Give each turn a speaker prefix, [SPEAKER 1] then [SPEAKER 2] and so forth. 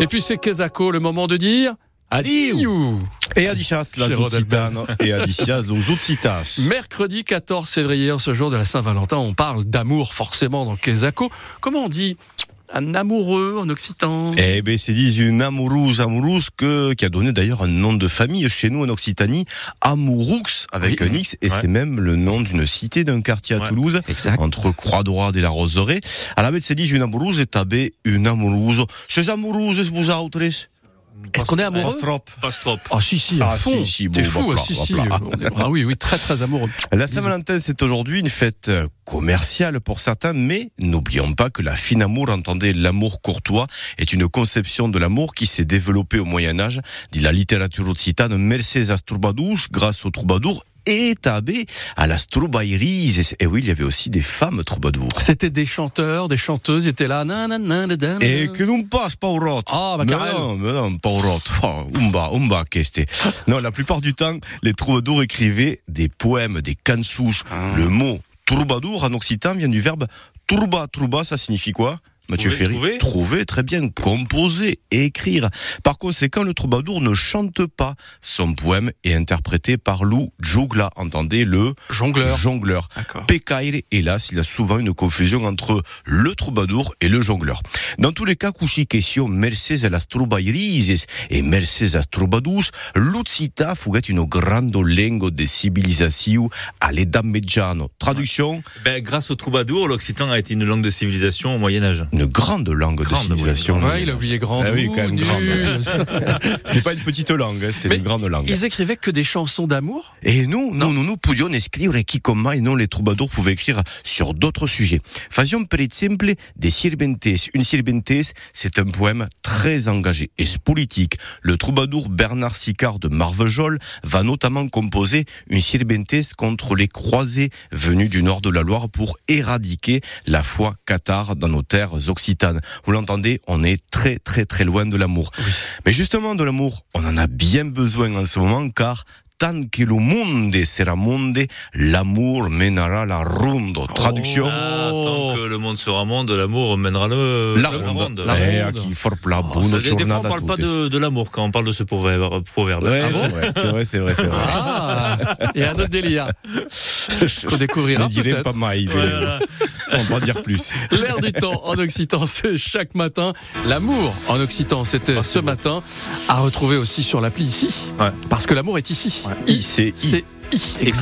[SPEAKER 1] Et puis c'est Kezako, le moment de dire Adieu
[SPEAKER 2] Et Adichas, la
[SPEAKER 1] Chez
[SPEAKER 2] Zotitane, et Adicias, los Zotitas.
[SPEAKER 1] Mercredi 14 février, en ce jour de la Saint-Valentin, on parle d'amour forcément dans Kezako. Comment on dit un amoureux en occitan
[SPEAKER 2] Eh ben, c'est dit une amourouse, amourouse, que, qui a donné d'ailleurs un nom de famille chez nous en Occitanie, Amouroux, avec
[SPEAKER 1] Oui.
[SPEAKER 2] un X, et
[SPEAKER 1] Ouais.
[SPEAKER 2] c'est même le nom d'une cité, d'un quartier à
[SPEAKER 1] Ouais.
[SPEAKER 2] Toulouse,
[SPEAKER 1] Exact.
[SPEAKER 2] entre Croix-Droite et la Roseraie. À la bête, c'est dit une amourouse, et tabé une amourouse. Ces amoureuses, vous autres?
[SPEAKER 1] Est-ce qu'on est amoureux
[SPEAKER 2] Astrop.
[SPEAKER 1] Ah si si, à
[SPEAKER 2] Ah,
[SPEAKER 1] fond.
[SPEAKER 2] si, si,
[SPEAKER 1] T'es
[SPEAKER 2] bon,
[SPEAKER 1] fou,
[SPEAKER 2] hop là,
[SPEAKER 1] ah, si
[SPEAKER 2] hop
[SPEAKER 1] si.
[SPEAKER 2] là.
[SPEAKER 1] on est- Ah oui oui, très très amoureux.
[SPEAKER 2] La
[SPEAKER 1] Bisous.
[SPEAKER 2] Saint-Valentin, c'est aujourd'hui une fête euh, commerciale pour certains, mais n'oublions pas que la fine amour, entendez l'amour courtois, est une conception de l'amour qui s'est développée au Moyen Âge, dit la littérature occitane Mercedes Astroubadous, grâce aux troubadours et tabé à la Stroubairise. Et oui, il y avait aussi des femmes troubadours.
[SPEAKER 1] C'était des chanteurs, des chanteuses, ils étaient là. nanana, nanana.
[SPEAKER 2] Et que nous passe pas au rot.
[SPEAKER 1] Euh. Ah, bah,
[SPEAKER 2] Mais
[SPEAKER 1] Karel.
[SPEAKER 2] non, mais non, pas au rot. Oh, umba, umba, qu'est-ce que c'est Non, la plupart du temps, les troubadours écrivaient des poèmes, des cansous.
[SPEAKER 1] Ah.
[SPEAKER 2] Le mot troubadour en occitan vient du verbe turba. Turba, ça signifie quoi Mathieu
[SPEAKER 3] Trouver,
[SPEAKER 2] Ferry,
[SPEAKER 3] trouver.
[SPEAKER 2] trouver, très bien, composer, écrire. Par conséquent, le troubadour ne chante pas. Son poème est interprété par Lou Djougla. Entendez le
[SPEAKER 1] Jongleur.
[SPEAKER 2] jongleur.
[SPEAKER 1] D'accord.
[SPEAKER 2] Pécaïl, hélas, il y a souvent une confusion entre le troubadour et le jongleur. Dans tous les cas, couchi question, merces a las troubadourises et merces a troubadours, l'Occita fuguet une grande langue de civilisation à l'edam mediano. Traduction,
[SPEAKER 3] Ben, grâce au troubadour, l'occitan a été une langue de civilisation au Moyen Âge.
[SPEAKER 2] une grande langue de
[SPEAKER 3] Grande, oui,
[SPEAKER 2] civilisation.
[SPEAKER 1] Ouais, il a oublié grand.
[SPEAKER 2] Ah oui,
[SPEAKER 1] Ouh,
[SPEAKER 2] quand même, grand.
[SPEAKER 1] nul.
[SPEAKER 2] C'était pas une petite langue, hein, c'était
[SPEAKER 1] Mais
[SPEAKER 2] une grande langue.
[SPEAKER 1] Ils écrivaient que des chansons d'amour
[SPEAKER 2] Et nous, nous, nous, nous pouvions écrire qui comme et non les troubadours pouvaient écrire sur d'autres sujets. Fassions par exemple des sirventes. Une sirventes, c'est un poème très engagé et politique. Le troubadour Bernard Sicard de Marvejols va notamment composer une sirventes contre les croisés venus du nord de la Loire pour éradiquer la foi cathare dans nos terres occitanes. Vous l'entendez, on est très très très loin de l'amour. Mais justement, de l'amour, on en a bien besoin en ce moment car tant que le monde sera monde, l'amour mènera la ronde. Traduction.
[SPEAKER 3] Ah, tant que le monde sera monde, l'amour mènera le
[SPEAKER 2] La
[SPEAKER 3] le
[SPEAKER 2] ronde.
[SPEAKER 1] La
[SPEAKER 2] Eh,
[SPEAKER 1] ronde.
[SPEAKER 2] à qui for la
[SPEAKER 1] Oh,
[SPEAKER 2] bonne
[SPEAKER 3] Ça, Ah, des, des fois, on
[SPEAKER 2] journada
[SPEAKER 3] parle pas
[SPEAKER 2] toutes.
[SPEAKER 3] de, de l'amour quand on parle de ce proverbe. proverbe.
[SPEAKER 2] Ouais,
[SPEAKER 3] Ah bon
[SPEAKER 2] c'est vrai, c'est vrai, c'est vrai, c'est vrai.
[SPEAKER 1] Ah Et un autre délire qu'on
[SPEAKER 2] Ne
[SPEAKER 1] découvrira
[SPEAKER 2] dirais
[SPEAKER 1] peut-être.
[SPEAKER 2] pas maï,
[SPEAKER 3] Ouais, voilà.
[SPEAKER 2] on va en dire plus.
[SPEAKER 1] L'air du temps en Occitan, c'est chaque matin. L'amour en Occitan, c'était
[SPEAKER 3] Ah, c'est
[SPEAKER 1] ce
[SPEAKER 3] beau.
[SPEAKER 1] matin. À retrouver aussi sur l'appli ici.
[SPEAKER 3] Ouais.
[SPEAKER 1] Parce que l'amour est ici.
[SPEAKER 3] Ouais.
[SPEAKER 1] I,
[SPEAKER 2] I, c'est I.
[SPEAKER 1] c'est I.